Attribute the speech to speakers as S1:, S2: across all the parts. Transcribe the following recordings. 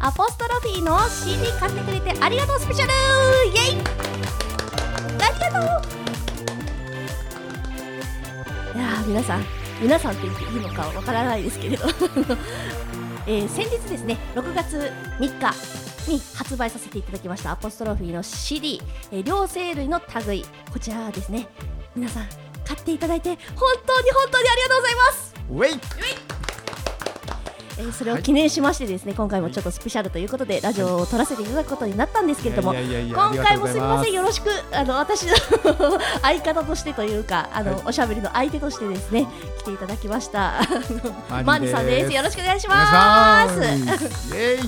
S1: アポストロフィーの CD 買ってくれてありがとうスペシャルイエイありがとういやー皆さん皆さんって言っていいのかわからないですけれど、 えー先日ですね6月3日に発売させていただきましたアポストロフィーの CD「えー両生類の類」こちらはですね皆さん買っていただいて本当に本当にありがとうございます
S2: ウェイ
S1: えーそれを記念しましてですね、今回もちょっとスペシャルということで、ラジオを撮らせていただくことになったんですけれども、
S2: いやいやいや
S1: 今回もすみません、
S2: ありがとうございま
S1: よろ
S2: す
S1: しくあの私の相方としてというか、あの、
S2: はい
S1: おしゃべりの相手としてですね、来ていただきました。あのマ
S2: マ
S1: ーニ
S2: ニ
S1: さん
S2: です
S1: です。よろしくお願いし
S2: お願
S1: ま
S2: い
S1: す。
S2: しますイエ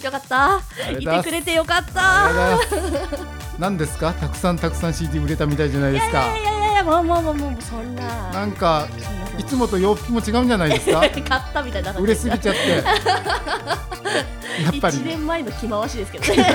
S2: イ
S1: よかった
S2: あ。り
S1: い
S2: がとうございます
S1: てくれてよかっ
S2: あり
S1: た。
S2: がとうございます何ですかたくさんたくさん CD 売れたみたいじゃない
S1: い
S2: で
S1: や
S2: す
S1: い
S2: か
S1: やいやいやいや、もうもうもうもうそんな。
S2: なんか
S1: そんなそん
S2: い
S1: な
S2: つもと洋服も違うんじゃないですか
S1: 買ったみたいな感じ
S2: 売
S1: で
S2: れ
S1: す
S2: す
S1: が
S2: ぎちゃってやっぱり
S1: 1年前の着回しですけど ね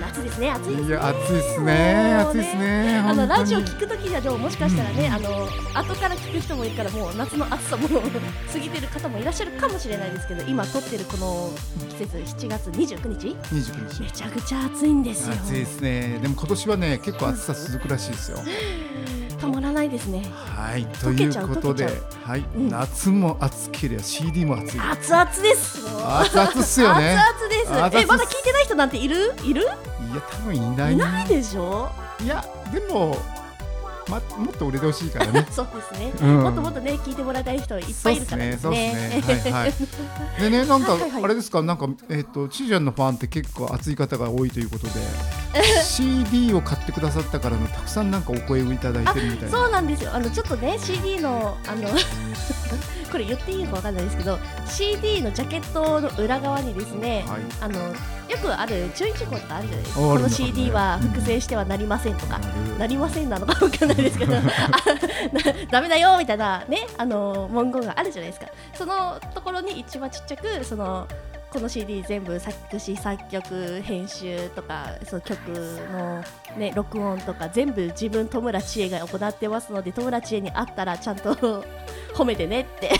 S1: 夏ですね暑いですね
S2: いや暑いっすね
S1: もう
S2: 暑いっすね
S1: あの
S2: 本当に
S1: ラジオ聞くときにはでももしかしたらね、あの後から聞く人もいるからもう夏の暑さも過ぎてる方もいらっしゃるかもしれないですけど今撮ってるこの季節7月29日
S2: 29日
S1: めちゃくちゃ暑いんですよ
S2: 暑いですねでも今年はね結構暑さ続くらしいですよ
S1: たまらないですね
S2: はいと
S1: 溶
S2: い
S1: け
S2: う
S1: ちゃう
S2: ことで
S1: 溶けち
S2: はい、
S1: ん
S2: 夏も暑ければ CD も暑い
S1: 熱々ですもう
S2: 熱々っすよね
S1: 熱々です
S2: 熱々っす
S1: えまだ聞いてない人なんているいる
S2: いや多分いない
S1: いないでしょ
S2: いやでも、ま、もっと売れてほしいからね
S1: そうですね、
S2: うん
S1: もっともっとね聞いてもらいたい人いっぱいいるからです
S2: そうっすね
S1: ね。
S2: そうっすねはいはいでねなんか、
S1: はいはいはい
S2: あれですかなんかえっ、とちーちゃんのファンって結構熱い方が多いということで CD を買ってくださったからのたくさんなんかお声をいただいてるみたいな
S1: そうなんですよ。あのちょっとね CD のあのこれ言っていいのかわかんないですけど CD のジャケットの裏側にですね、
S2: はい
S1: あのよくある注意事項ってあるじゃないですか。
S2: ああ
S1: こ
S2: るん
S1: の
S2: だ
S1: CD は複製してはなりませんとか。な
S2: なる
S1: りませんなのかわかんない ですけどあなダメだよみたいなねあの文言があるじゃないですかそのところに一番ちっちゃくそのこの CD 全部作詞作曲編集とかその曲の、ね、録音とか全部自分戸村知恵が行ってますので戸村知恵に会ったらちゃんと 褒めてねって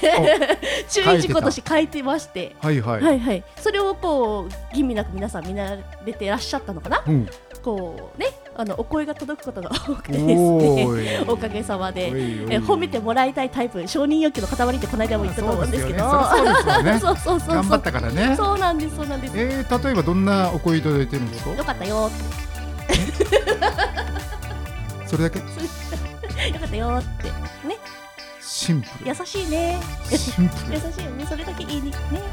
S1: 注意事項として書いてまして。
S2: はいはい、
S1: はいはい、それをこう吟味なく皆さん見慣れてらっしゃったのかな
S2: うん、
S1: こうね、あのお声が届くことが多くてです
S2: お
S1: ね。
S2: ーい
S1: おかげさまで、
S2: おいおい
S1: え褒めてもらいたいタイプ、承認欲求の塊ってこの間も言ったと思うんですけど。
S2: まあそうですよね
S1: そ
S2: そりゃそうですよ
S1: うそうそ
S2: ね
S1: うそう。
S2: 頑張ったからね
S1: そうなんです、そうなんです。
S2: えー、例えばどんなお声いただいてるんです
S1: よ
S2: か
S1: かったよ、
S2: それだけ
S1: よかったよって、ね、
S2: シンプル
S1: 優しいね。
S2: シンプル
S1: 優しいよね、それだけいいね。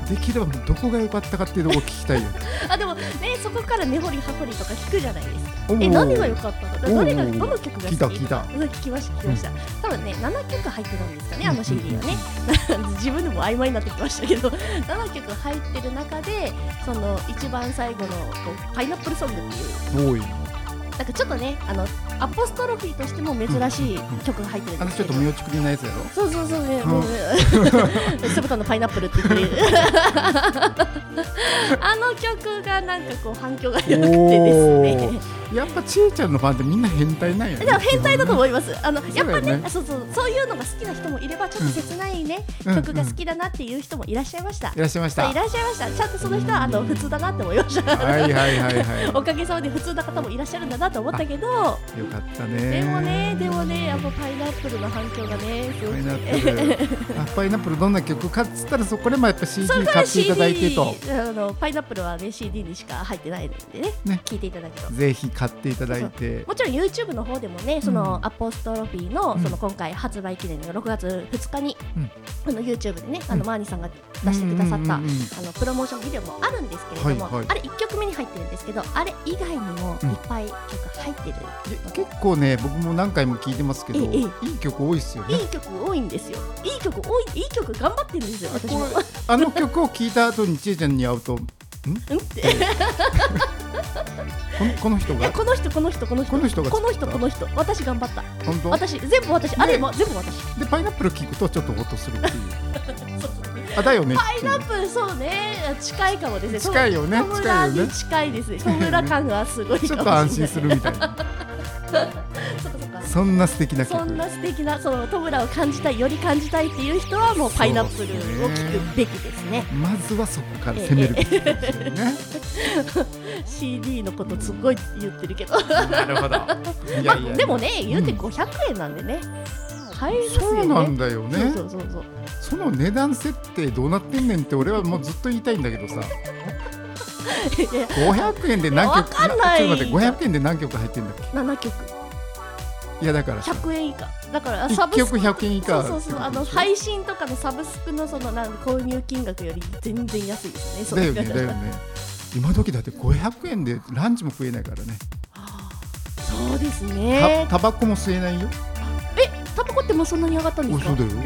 S2: できればどこが良かったかっていうとこ聞きたいよ。
S1: あ、でも、ね、そこから根掘り葉掘りとか聞くじゃないですか。
S2: おー
S1: え、何が良かったのか、何が、
S2: おー
S1: どの曲が好き
S2: 聞いた聞いた。
S1: うん聞きました、聞きました。多分ね、7曲入ってるんですかね、あ
S2: う
S1: の
S2: ん
S1: CD はね。自分でも曖昧になってきましたけど、7曲入ってる中で、その一番最後のこうパイナップルソングっていう、
S2: 多い。
S1: なんかちょっとね、あのアポストロフィーとしても珍しい曲が入ってる
S2: あ
S1: ん
S2: の
S1: ですけ
S2: ちょっと
S1: ど。
S2: 身を作りなやつやろ。
S1: そうそうそうね、
S2: うん
S1: もう、つぶたのパイナップルって言ってる。 あの曲がなんかこう反響が良くてですね。
S2: やっぱちえちゃんのファンってみんな変態なんやね。
S1: でも変態だと
S2: 思
S1: 思います。あの
S2: うだ
S1: や
S2: よ
S1: っ
S2: ね
S1: ぱねそうそうそういうのが好きな人もいればちょっと切ないね、
S2: うん
S1: 曲が好きだなっていう人もいらっしゃいました。
S2: いらっしゃいました。
S1: いらっしゃいました。ちゃんとその人はあの普通だなって思いました。
S2: はいはいはい
S1: お
S2: は
S1: かげさまで普通な方もいらっしゃるんだなと思ったけど、
S2: い。よかった
S1: で
S2: ね。
S1: もね、でもね、やっぱパイナップルの反響がね、すご
S2: パ
S1: く
S2: イナ
S1: て。
S2: ップル。あパイナップルどんな曲かっつったらそこでもやっぱ CD 買っていただいてと。
S1: あのパイナップルはね CD にしか入ってないのでね
S2: ね
S1: 聞いていただけと
S2: ぜひ買っていただいて。
S1: もちろん YouTube の方でもねそのアポストロフィーの,、
S2: うん
S1: その今回発売記念の6月2日に、
S2: うん
S1: あの YouTube でねあの
S2: うん
S1: マーニーさんが出してくださった、
S2: うんうんうん
S1: あのプロモーションビデオもあるんですけれども、
S2: はいはい
S1: あれ1曲目に入ってるんですけどあれ以外にもいっぱい曲入ってる、
S2: 結構ね僕も何回も聞いてますけど
S1: ええ
S2: いい曲多いっすよね
S1: い。い曲多いんですよいい曲多いいい曲頑張ってるんですよ私も
S2: これあの曲を聞いた後にちえちゃんに会うと。んこ
S1: うんって
S2: のこの人
S1: え
S2: が
S1: この人この人この人
S2: この人が
S1: この人この人私頑張った
S2: 本当
S1: 私全部私あれも全部私
S2: でパイナップル聞くとちょっとホッとするっていう
S1: そうそう
S2: あだよね
S1: パイナップルそうね近いかもですね
S2: 近いよね
S1: トム
S2: 近
S1: ラ
S2: いよ
S1: に
S2: ね
S1: 近いですねトムラ感がすごいかもし
S2: ち
S1: れな
S2: ょっ
S1: い
S2: と安心するみたいな
S1: そっかそっか
S2: そんな素敵な曲
S1: そんな素敵なそのトムラを感じたいより感じたいっていう人はもうパイナップルを聴くべきですね
S2: まずはそこから攻めるべきですよね
S1: CD のことすごい言ってるけど、
S2: なるほどいやいや
S1: でもね言うて
S2: うん
S1: 500円なんでね、入りますよね
S2: そうなんだよね
S1: そうそうそうそう
S2: その値段設定どうなってんねんって俺はもうずっと言いたいんだけどさ
S1: いや
S2: 500円で何曲
S1: わかんない
S2: ちょっと待って500円で何曲入ってんだっ
S1: 7曲
S2: けいやだからさ
S1: 100円以下だからサ
S2: 1
S1: ブス
S2: 曲
S1: ク
S2: 100円以
S1: そ
S2: 下
S1: うそうそうあの配信とかのサブスクのそのなん購入金額より全然安いですねそ
S2: だ
S1: れ
S2: よねだよね今時だって500円でランチも食えないからね
S1: あーそうです
S2: た
S1: ね
S2: タバコも吸えないよ
S1: タバコってもうそんなに上がったんですか
S2: 嘘だよ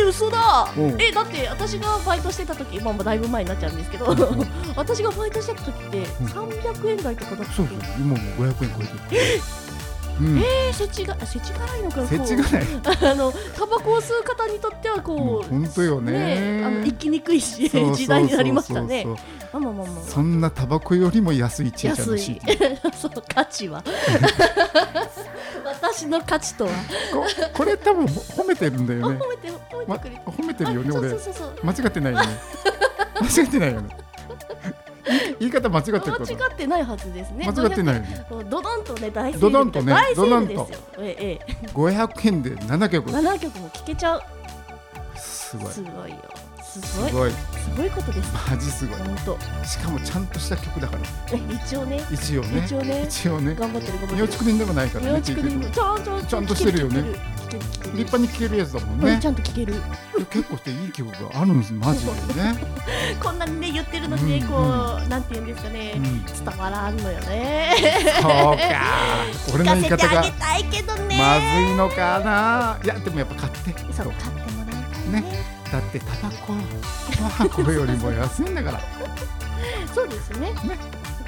S1: えー、嘘だ
S2: うん
S1: えだって私がバイトしてた時まあもうだいぶ前になっちゃうんですけど 私がバイトしてた時って
S2: ん
S1: 300円台とかだった
S2: そうそう今もう500円超えてるうん
S1: えー、せちがあせちがいのかこう
S2: せちがない
S1: あのタバコを吸う方にとってはこう
S2: うん本当よね
S1: あの生きにくいし時代になりましたね
S2: そうそうそう
S1: まあまあまあまあ
S2: そうそんなタバコよりも安いちいちゃん
S1: 安
S2: の
S1: い
S2: CD
S1: そう価値 は私の価値とは
S2: ここれ多分褒めてるん だ
S1: あ
S2: よね
S1: 褒めて褒
S2: ま
S1: めてくれ
S2: 褒めてるよね
S1: あそう
S2: 俺
S1: そうそうそう
S2: 間違ってない よね間違ってないよね言い方間違ってるか
S1: 間違ってないはずですね
S2: な間違ってないよね
S1: 500ドドンとね大セール
S2: ドドンとね
S1: 大セールで
S2: ドドン
S1: す
S2: と
S1: よえええ
S2: 500円で7
S1: え
S2: 曲
S1: 7曲も聴けちゃう
S2: すごい
S1: す
S2: す
S1: ごいよすごいす
S2: ごい
S1: ごいことです
S2: マジすごい
S1: 本当
S2: しかもちゃんとした曲だから
S1: え一応ね
S2: 一応ね
S1: 一応ね
S2: 一応ね
S1: 頑張ってる頑張
S2: 幼
S1: って
S2: 稚園でもないか
S1: る
S2: らね
S1: 幼畜に
S2: 聞いてる
S1: ちゃんと
S2: ちゃんとしてるよ
S1: 聴
S2: ね
S1: ける聴ける聴ける
S2: 立派に聴けるやつだもん
S1: うん
S2: ね
S1: ちゃんと聴ける
S2: 結構していい曲があるんですマジでね
S1: こんなにね言ってるのにねこ
S2: う
S1: うなん て言うんですかね
S2: うん
S1: 伝わらんのよね
S2: そうか
S1: 聞
S2: 俺の
S1: か
S2: 言い
S1: せて
S2: 方
S1: あ
S2: が
S1: げたいけどね
S2: まずいのかないやでもやっぱ買って
S1: そう買ってもらいたい
S2: ね
S1: ね
S2: だってタバコはこれよりも安いんだから
S1: そうですね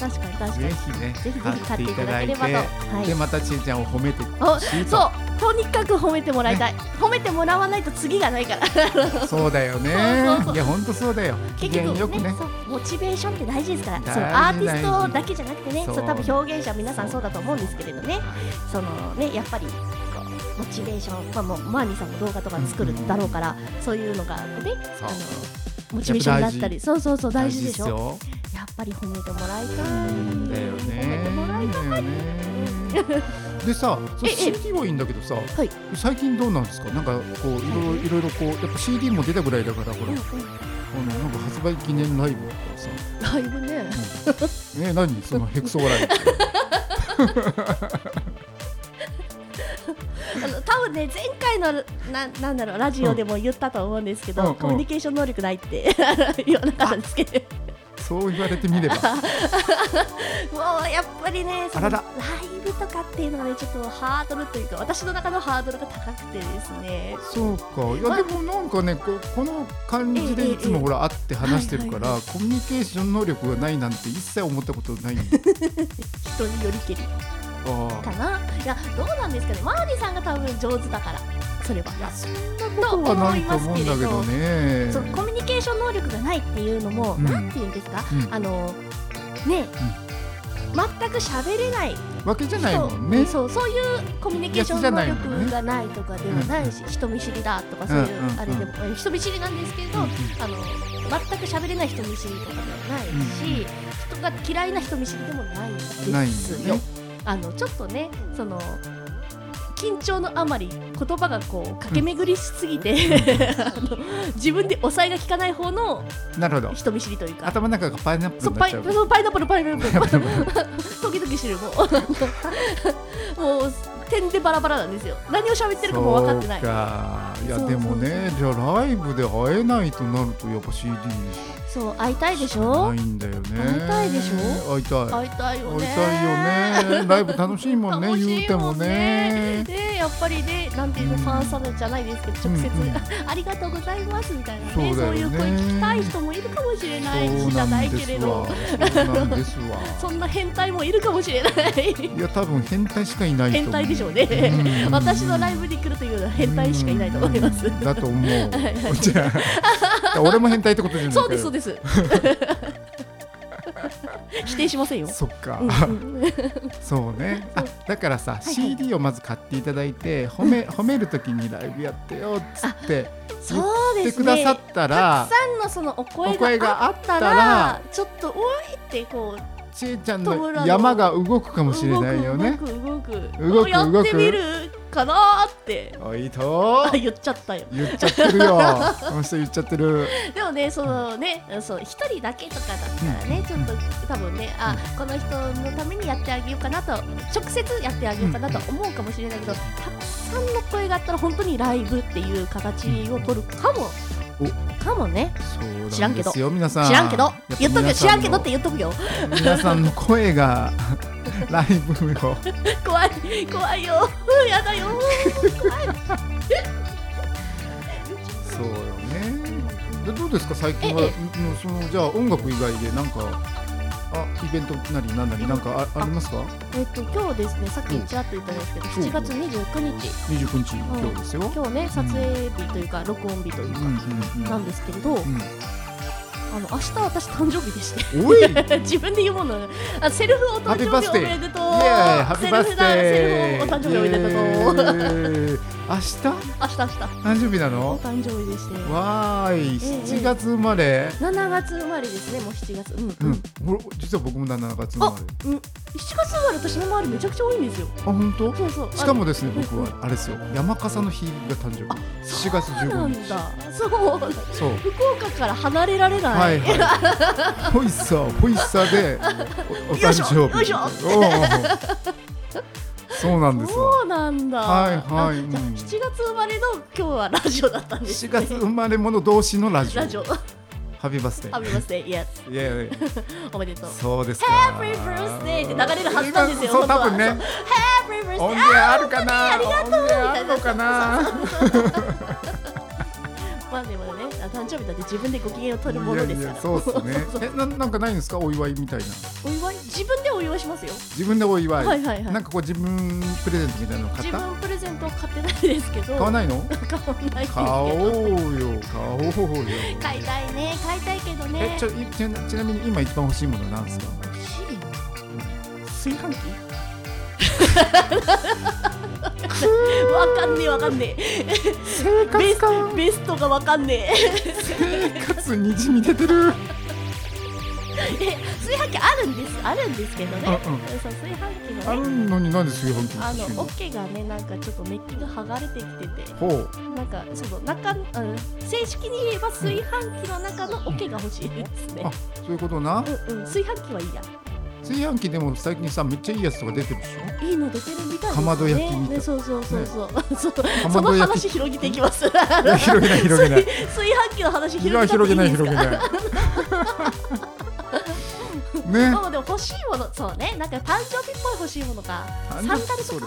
S1: 確かに確か
S2: ぜ
S1: に
S2: ひね
S1: ぜひぜひ買
S2: 買
S1: っ
S2: っ
S1: てて
S2: い
S1: い
S2: た
S1: た
S2: だ
S1: だ
S2: い
S1: け
S2: て
S1: ればとはい
S2: でまたちえちゃんを褒めて
S1: お
S2: ほしいと
S1: そうとにかく褒めてもらいたい、褒めてもらわないと次がない から
S2: そうだよね
S1: そうそうそう
S2: いや本当そうだよ
S1: 結局
S2: 機嫌
S1: ね
S2: よくね
S1: そうモチベーションって大事ですから
S2: 大事
S1: そのアーティス
S2: 大
S1: ト
S2: 事
S1: だけじゃなくてね
S2: そ
S1: そうう多分表現者皆さんそうだと思うんですけれどねそのねやっぱりこうモチベーション、まあ、もうマーニーさんも動画とか作るだろうから、そういうのがね
S2: そ
S1: あ
S2: う
S1: のモチベーションになった
S2: やっぱ大事
S1: りそうそうそう大事でし
S2: 大事
S1: ょ
S2: よ
S1: やっぱり褒めてもらいたい
S2: だよ
S1: 褒めてもらい たい
S2: ねでさ、その
S1: ええ
S2: CD はいいんだけどさ、
S1: い
S2: 最近どうなんですか。なんかこういろいろいろいろこうやっぱ CD も出たぐらいだからほ
S1: う
S2: ら、
S1: んう
S2: あ
S1: ん
S2: のなんか発売記念ライブとかさ、
S1: だいぶね
S2: え何そのヘク ソ笑いって。
S1: あの多分ね前回のななんだろうラジオでも言ったと思うんですけど、
S2: うんうん
S1: コミュニケーション能力ないって 言わなかったんですけど
S2: そう言われてみれば、
S1: もうやっぱりねそ
S2: あら
S1: のラ
S2: ら
S1: イブとかっていうのがねちょっとハードルというか私の中のハードルが高くてですね
S2: そうか。いやでもなんかねこうこの感じでいつもほら会って話してるか
S1: は
S2: ら、コミュニケーション能力がないなんて一切思ったこと ないんだ。
S1: 人によりけり
S2: あ
S1: かないやどうなんですかねマーリーさんが多分上手だからそれは。
S2: やそ
S1: と
S2: あ。ないと思うんだけどね。
S1: そうコミュニケーション能力がないっていうのも、
S2: うん
S1: なんていうんですか、
S2: うん
S1: あのね、全く喋れない
S2: わけじゃないもん
S1: そ
S2: ね
S1: う。そうそういうコミュニケーション能力がないとかではないし、人見知りだとかそういう
S2: うんうんうん
S1: あれでも、え人見知りなんですけれど、
S2: うんうん
S1: あの全く喋れない人見知りとかではないし、人が嫌いな人見知りでもないんですよ。
S2: ないんですよね
S1: あのちょっとねその緊張のあまり言葉がこう駆け巡りしすぎて、 あの自分で抑えが効かない方の
S2: なるほど。
S1: 人見知りというか
S2: 頭の中がパイナップル
S1: そう
S2: に
S1: パ
S2: なっ
S1: イ
S2: ちゃう。
S1: そうパイナップルパイナップル
S2: パイナップル
S1: 時々してるもうもう点でバラバラなんですよ何を喋ってるかも分かってない
S2: そうか。いや
S1: そう
S2: でもね、じゃあライブで会えないとなるとやっぱ CD に
S1: そう会いたいでし
S2: な
S1: ょ
S2: いんだよね。
S1: 会いたいでしょ
S2: 会いたい。
S1: 会いたいよ
S2: 会い
S1: ね
S2: たいよね。ライブ楽しいもんね、
S1: 楽し
S2: 言う
S1: い
S2: て
S1: も
S2: も
S1: んね
S2: ね。
S1: でやっぱりねなんていうのファンサムじゃないですけど直接、
S2: うんうん
S1: ありがとうございますみたいなね
S2: そ
S1: そうう
S2: だよね
S1: いう声聞きたい人もいるかもしれない
S2: そう
S1: 知ら
S2: な
S1: ない
S2: んで
S1: けれ
S2: す
S1: ど
S2: わ。そうなんですわ。
S1: そんな変態もいるかもしれない
S2: いや多分変態しかいないと思
S1: 変
S2: う。
S1: 態でしょうね
S2: うん
S1: 私のライブに来るというのは変態しかいないと思います
S2: うんだと 思う。じゃあ、俺も変態ってことじゃない
S1: そうですそうです。 否定しませんよ。
S2: そっか、
S1: うんうん
S2: そうねあだからさ、
S1: いはい
S2: CD をまず買っていただいて褒め褒めるときにライブやってよっつって
S1: そう
S2: 言
S1: で
S2: って
S1: す
S2: くだ
S1: ね。
S2: さ
S1: た
S2: っ
S1: く
S2: た
S1: さ
S2: ら
S1: んのそのお
S2: お声
S1: 声
S2: が
S1: が
S2: あ
S1: あ
S2: っ
S1: ったた
S2: ら
S1: ら、ちょっとおいってこう
S2: ちえちゃん
S1: トム
S2: の
S1: ラの
S2: 山が動くかもしれ
S1: 動
S2: ないよね
S1: く動く動く
S2: 動く
S1: や
S2: 動
S1: っ
S2: く
S1: てみるかなーって
S2: おいと
S1: あ言っちゃったよ。
S2: 言っちゃってるよこの人言っちゃってる
S1: でもね、そのね、そう一人だけとかだったらね、
S2: うん
S1: ちょっと多分ね、あこの人のためにやってあげようかなと、直接やってあげようかなと思うかもしれないけど、たくさんの声があったら本当にライブっていう形を取るかもかもね。
S2: そう
S1: 知
S2: な
S1: ら
S2: ん
S1: ん
S2: で
S1: けど
S2: すよ皆さん
S1: 知らんけど言っとくよ知らんけどって言
S2: や
S1: っとくよ
S2: ぱ皆さんの皆さんの 声がライブを
S1: 怖い怖いよ やだよ怖い
S2: そうよねでどうですか最近は
S1: え
S2: うんそのじゃあ音楽以外でなんかあイベントなりなんなりなんかあありますか
S1: えっと今日ですねさっきちらっと言ったんですけど
S2: うん
S1: 7月29日
S2: 29日
S1: ん
S2: 今日ですよ、
S1: 今日ね撮影日というか録音日という
S2: うんうん
S1: か
S2: うん
S1: なんですけれどあの明日私誕生日でして
S2: うん、おい
S1: 自分で言うものあセルフお誕生
S2: Happy birthday
S1: 日おめでとう
S2: イエーイハッピ
S1: セ
S2: ーバ
S1: ル
S2: ース
S1: フ
S2: デ
S1: だセル
S2: ー
S1: フお誕生日おめでとう
S2: イエーイ明日
S1: 明日明日
S2: 誕生日な
S1: お
S2: の
S1: 誕生日でして
S2: わーい
S1: ええ
S2: 7月生まれ、
S1: 7月生まれですねもう7月うん
S2: う
S1: うんん、
S2: 俺実は僕も7月生まれ
S1: うん、7月生まれ私の周りめちゃくちゃ多いんですよ
S2: あ本当
S1: そうそう
S2: しかもですね僕はあれですよ山笠の日が誕生
S1: あ
S2: 日7月
S1: あのそうな
S2: 15
S1: ん
S2: 日
S1: だそう
S2: そう
S1: 福岡から離れられない、
S2: はいはいほいさほいさでおお誕生日
S1: よいしょよいし
S2: おうおうおうそうなんですわ
S1: そうなんだ
S2: はいはい
S1: あじゃあ
S2: うん
S1: 7月生まれの今日はラジオだったんです
S2: 7
S1: ね
S2: 月生まれ者同士のラジオ
S1: ラジオ
S2: ハビバスデ
S1: ハビバースデーイエス
S2: ーいやいや
S1: おめでとう
S2: そうですか
S1: Happy birthday って流れるはずなんですよ
S2: そう
S1: 本当は
S2: 多分ね
S1: Happy birthday
S2: 音源あるかな音
S1: 本当に
S2: 源
S1: あ
S2: あ
S1: り
S2: る
S1: がとう
S2: の
S1: み
S2: か
S1: たい
S2: な
S1: まあでもねあ誕生日だって自分でご機嫌を取るも
S2: い
S1: の
S2: や
S1: で
S2: い
S1: すか
S2: や
S1: ら
S2: そうですね
S1: そう
S2: えななんかないんですかお祝いみたいな
S1: お祝い自分でお祝いしますよ
S2: 自分でお祝い、
S1: はいはいはい
S2: なんかこう自分プレゼントみたいなの買
S1: 自
S2: った
S1: 分プレゼントを買ってないですけど
S2: 買わな いの
S1: 買わないですけ
S2: 買
S1: ど
S2: おうよ買おうよ
S1: 買いたいね買いたいけど
S2: え
S1: ね
S2: ちょいちなちなみに今一番欲しいものなんですか
S1: 炊飯器わかんねえわかんねえ
S2: 生
S1: ベ
S2: 活
S1: ス
S2: 感
S1: ベストがわかんねえ
S2: 生活にじみ出てる
S1: え炊飯器あるんですあるんですけどね
S2: あうん
S1: そう炊飯器
S2: あ
S1: のね
S2: るのになんで炊飯器
S1: あ
S2: が
S1: の
S2: 欲しい
S1: オ
S2: の
S1: ッケがねなんかちょっとメッキが剥がれてきてて
S2: ほう
S1: なんかその中うん正式に言えば炊飯器の中のオッケが欲しいですね
S2: あそういうことな
S1: うんうん炊飯器はいいや
S2: 炊飯器でも最近さめっちゃいいやつとか出てるでし ょ
S1: いいの出てるみたいですね
S2: かまど焼きみたい
S1: ねそうそうそうそう、そう
S2: かま
S1: その
S2: ど焼き
S1: 話広げていきます
S2: いや広げない広げない
S1: 炊炊飯器の話
S2: いや
S1: 広
S2: 広
S1: げ
S2: げ
S1: た
S2: な
S1: っていい
S2: い
S1: んです
S2: 広げ
S1: か
S2: ないね
S1: まあでも欲しいものそうねなんか誕生日っぽい欲しいものが サンダル
S2: そ
S1: と
S2: れ
S1: か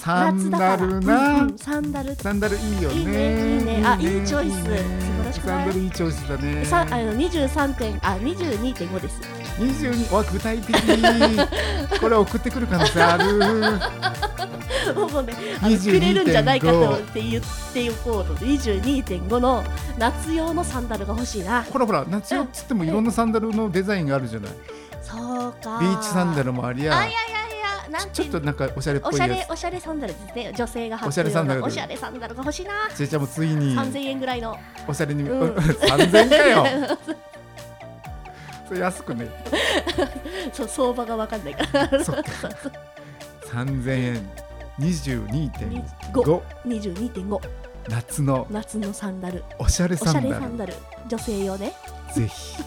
S2: サ
S1: 夏
S2: ン
S1: だから
S2: ダルな、
S1: うんうんサンダル
S2: サンダルいいよね
S1: いいねいいねあいいチョイス素晴らしくない
S2: サンダルいいチョイスだね
S1: さあの23点あ22.5です
S2: 22わ具体 的にこれ送ってくる可能性ある
S1: もうねあの
S2: 22.5
S1: くれるんじゃないかと思って言っておこうと22.5の夏用のサンダルが欲しいな
S2: ほらほら夏よっつってもいろんなサンダルのデザインがあるじゃない
S1: そうか
S2: ビーチサンダルもありや
S1: あいやいやいやなんて
S2: ちょっとなんかおしゃれっぽ
S1: お
S2: い
S1: しゃ
S2: や
S1: れおしゃれサンダルですね女性が履
S2: おしゃれ
S1: く
S2: サ
S1: よう
S2: ンダル
S1: なおしゃれサンダルが欲しいな
S2: つちえちゃんもついに
S1: 3000円ぐらいの
S2: おしゃれに、
S1: うん
S2: 3000か よそれ安くね
S1: そう相場がわかんないから
S2: そっか3000円22.5
S1: 5 22.5
S2: 夏の
S1: 夏のサンダル
S2: おしゃれ
S1: お
S2: サ
S1: しゃ
S2: ン
S1: れ
S2: ダ
S1: サ
S2: ル
S1: ンダル女性用ね
S2: ぜひ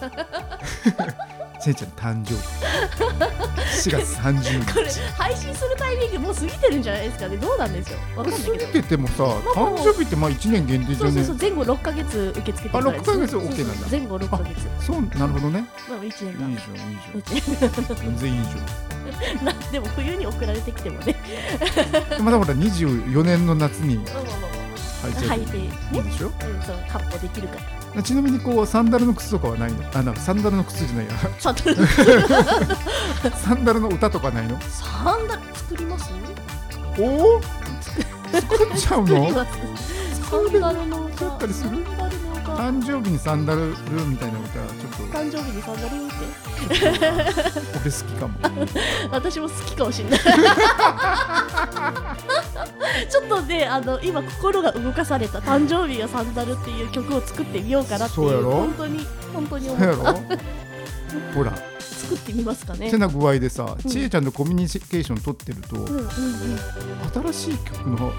S2: ちえちゃん誕生日4月30日
S1: これ配信するタイミングもう過ぎてるんじゃないですかねどうなんですよわか
S2: これ
S1: んないけ
S2: 過ぎ
S1: ど
S2: ててもさ、
S1: あ
S2: 誕生日ってまあ1年限定じ
S1: そ
S2: ゃ
S1: うそ
S2: ね
S1: うそう前後6ヶ月受け付けてる
S2: あ
S1: ぐらいです
S2: 6ヶ月 OK なんだ
S1: 前後6ヶ月
S2: そうなるほどね
S1: まあ1
S2: いい
S1: 年
S2: じゃんいい
S1: 間
S2: じゃん全然いいじ
S1: な でも冬に送られてきてもね
S2: ゃんまだほら24年の夏に
S1: まあまあまあま
S2: 履いちゃう
S1: 履いてね
S2: いいでしょ
S1: あうんそうカッポできる から
S2: ちなみにこうサンダルの靴とかはないのあなんかサンダルの靴じゃない や
S1: サンダル
S2: サンダルの歌とかないの
S1: サンダル作ります
S2: お お作っちゃ
S1: 作
S2: う
S1: り
S2: の
S1: ますサンダルの歌
S2: 作ったりする
S1: サンダルの歌
S2: 誕生日にサンダルルみたいな歌ちょっと
S1: 誕生日にサンダルって
S2: 俺好きかも
S1: 私も好きかもしれないちょっとねあの今心が動かされた「誕生日がサンダル」っていう曲を作ってみようかなってい
S2: そうや
S1: う
S2: ろ
S1: 本当に本当に
S2: そ
S1: 思
S2: うや
S1: っ
S2: ろ
S1: た
S2: ほら
S1: 作ってみますかね
S2: てな具合でさ、
S1: うん
S2: ちえちゃんとコミュニケーション取ってると、
S1: うんうんうん
S2: 新しい曲の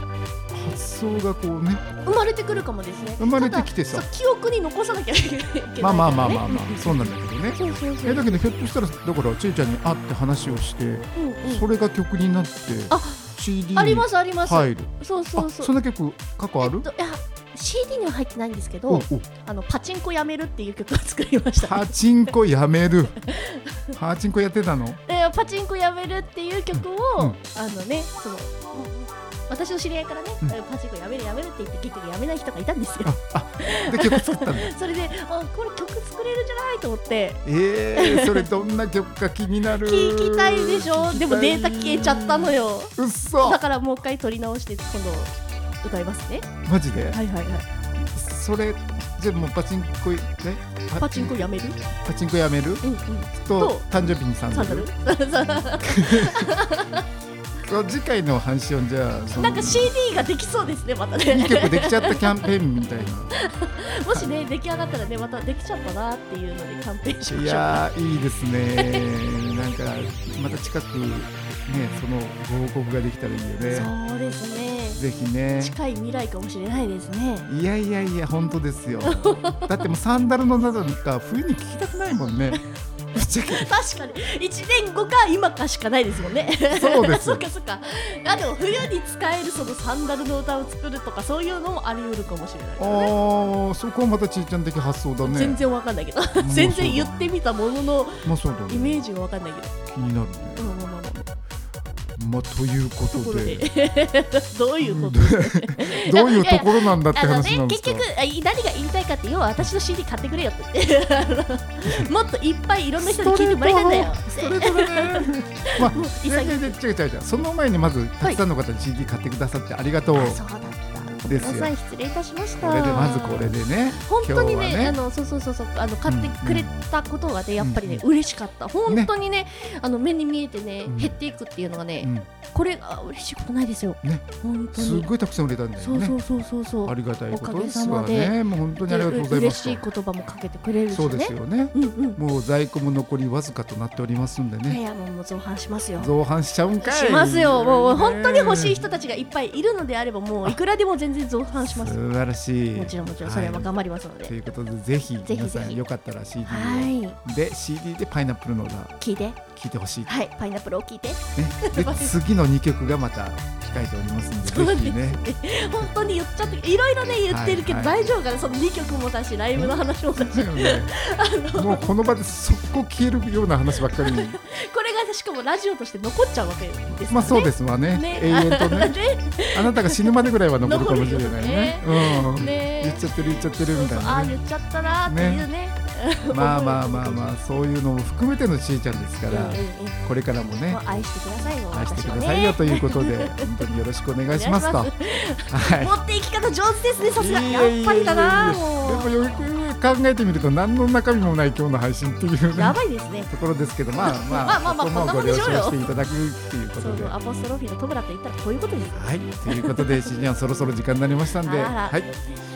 S2: 発想がこうね
S1: 生まれてくるかもですね
S2: 生まれてきて
S1: た
S2: さ
S1: だそう記憶に残さなきゃいけないからね
S2: まあまあまあまあまあそうなんだけどね
S1: そうそうそう
S2: えだけどひょっとしたらだからちえちゃんに会って話をして、
S1: うんうん
S2: それが曲になって
S1: あ
S2: CD
S1: あり
S2: に
S1: ますあります、
S2: 入る
S1: そうそうそう
S2: あそんな曲過去あ
S1: え
S2: る
S1: っ、といや CD には入ってないんですけ
S2: お
S1: ど
S2: お
S1: あのパチンコやめるっていう曲を作りました、
S2: パチンコやめ るパチンコやってたの
S1: えーパチンコやめるっていう曲を、
S2: うん
S1: あのねその私の知り合いからね、
S2: うん
S1: パチンコやめるやめるって言って結局やめない人がいたんですよ
S2: ああで曲作ったの
S1: それであこれ曲作れるんじゃないと思って
S2: えー、それどんな曲か気になる
S1: 聞きたいでしょでもデータ消えちゃったのよ
S2: うっそ
S1: だからもう一回撮り直して今度歌いますね
S2: マジで
S1: はいはいはい
S2: それじゃあもうパチンコえ
S1: パチンコやめる
S2: パチンコやめる
S1: うんうん
S2: と
S1: と
S2: 誕生日にサン
S1: サ
S2: ダ
S1: ンダ
S2: ル
S1: ル
S2: 次回の配信じゃあその
S1: なんか CD ができそうですねまた
S2: いい
S1: ね
S2: 曲できちゃったキャンペーンみ たいな
S1: もしね出来上がったらねまたできちゃったなっていうのでキャンペーンしま
S2: い
S1: しょう
S2: やーいいですねなんかまた近くねそのご報告ができたらいいよね
S1: そうですね
S2: ぜひね
S1: 近い未来かもしれないですね
S2: いやいやいや本当ですよ だってもうサンダルの中なんか冬に聴きたくないもんね ぶっちゃけ
S1: 確かに1年後か今かしかないですもんね
S2: そうです
S1: そうかそうかあでも冬に使えるそのサンダルの歌を作るとかそういうのもあり得るかもしれないですね
S2: ああそこはまたちいちゃん的発想だね
S1: 全然わかんないけど
S2: うそう
S1: 全然言ってみたものの
S2: まあそうだ
S1: イ
S2: ね
S1: メージがわかんないけど
S2: 気に
S1: うん
S2: なるね
S1: まあまあまあまあ
S2: まあということ
S1: ところ
S2: で
S1: で どういうこと
S2: うん どういうところなんだって
S1: あの
S2: 話
S1: ね
S2: なんです
S1: 結
S2: か
S1: 局あい何が言いたいかって要は私の CD 買ってくれよって言って あのもっといっぱいいろんな人に聞いてもらいたいんだよ
S2: ストレー トだね。まあ、
S1: もう
S2: いやいやいや違う違う違う。その前にまずたくさんの方に CD 買ってくださってありがとう。
S1: あそうだった
S2: ですよ
S1: ごめんなさい失礼いたしました
S2: これでまずこれでね。
S1: 本当に
S2: 今
S1: ね
S2: 日はね
S1: あのそうそうそうそうあの買ってくれたことがね、やっぱりね、嬉しかった本当にねあの目に見えてね、
S2: うん
S1: 減っていくっていうのがね、
S2: うん、
S1: これが嬉しいことないですよ、
S2: ね
S1: 本当
S2: す
S1: に
S2: ごいたくさん売れたんだよ
S1: そう
S2: ね。
S1: そうそうそうそう
S2: ありがたいことです
S1: お
S2: わ
S1: かげさま
S2: ね。もう本当にありがとうございます。
S1: でう嬉しい言葉もかけてくれるしね
S2: そうですよね。
S1: うんうん
S2: もう在庫も残りわずかとなっておりますんで
S1: いやい
S2: ね。
S1: やもうもう造反しますよ。
S2: 造反しちゃうんかい。
S1: しますよ。もう本当に欲しい
S2: 人。
S1: 人たちがいっぱいいるのであれば、もういくらでも全然造反します。
S2: 素晴らしい。
S1: もちろんもちろんそれは頑
S2: は
S1: 張りますの
S2: いとい
S1: で。
S2: うことでぜひ
S1: ひ
S2: 皆さんよかったら CD を
S1: は
S2: で CD でパイナップルの歌
S1: い。聞いて。
S2: 聴いてほしい
S1: はい。パイナップルを聞いて。
S2: ね、 で次の2曲がまた控えております
S1: そう
S2: の
S1: で
S2: ですぜひ ね
S1: 本当に言っちゃっていろいろね言ってるけど
S2: はいは
S1: 大丈夫かな。その二曲もだし、ライブの話もだし。
S2: もうこの場で速攻消えるような話ばっ かりに
S1: これがしかもラジオとして残っちゃうわけですからね。
S2: まあそうですわね
S1: ね
S2: 永遠とねあなたが死ぬまでぐらいは残るかもしれ ないねうん、
S1: ね
S2: 言っちゃってる言っちゃってる
S1: そう
S2: み
S1: そ
S2: た
S1: う
S2: い
S1: あ
S2: な
S1: あ
S2: ね
S1: 言っちゃったなーっていうね。
S2: まあまあまあまあそういうのも含めてのしーちゃんですから
S1: うんうんうん
S2: これからもね
S1: もう愛してくださいよ。
S2: 愛して
S1: 私
S2: く
S1: を
S2: だ
S1: ね
S2: さいよということ で本当によろしくお願いしますと
S1: お願いし
S2: はい
S1: 持っていき方上手ですね、さすが。
S2: いい
S1: やっぱりだな、
S2: いい
S1: も
S2: で
S1: う。
S2: もよくよく考えてみると何の中身もない今日の配信っていうね
S1: やばいですね。
S2: ところですけどまあまあ
S1: まあまあまあ
S2: ここも
S1: こんなも
S2: ご
S1: んで
S2: 了
S1: しょうよ
S2: 承していただくっていうこ
S1: そ
S2: と
S1: う
S2: で
S1: そう、アポストロフィーのトムラと言ったらこういうことで
S2: はいということでしんちゃんそろそろ時間になりましたんで
S1: あら
S2: はい
S1: す。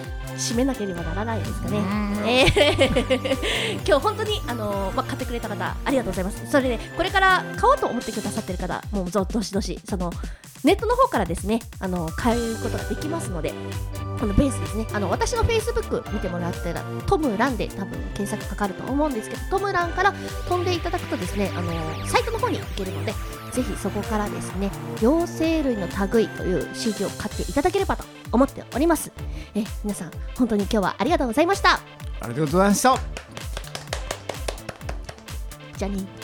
S1: 締めなければならないですか
S2: う
S1: ね。
S2: ん
S1: えー 今日本当にあのーまあ、買ってくれた方ありがとうございます。それで、これから買おうと思ってくださってる方もうぞどしどしそのネットの方からですねあの買うことができますので。このベースですねあの私のフェイスブック見てもらったらトムランで多分検索かかると思うんですけどトムランから飛んでいただくとですねあのサイトの方に行けるのでぜひそこからですね両生類の類という CD を買っていただければと思っておりますえ皆さん本当に今日はありがとうございました
S2: ありがとうございました
S1: じゃあね